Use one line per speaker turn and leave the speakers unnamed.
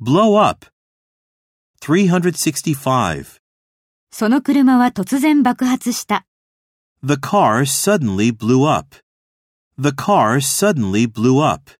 Blow up. 365.
その車は突然爆発した。
The car suddenly blew up. The car suddenly blew up.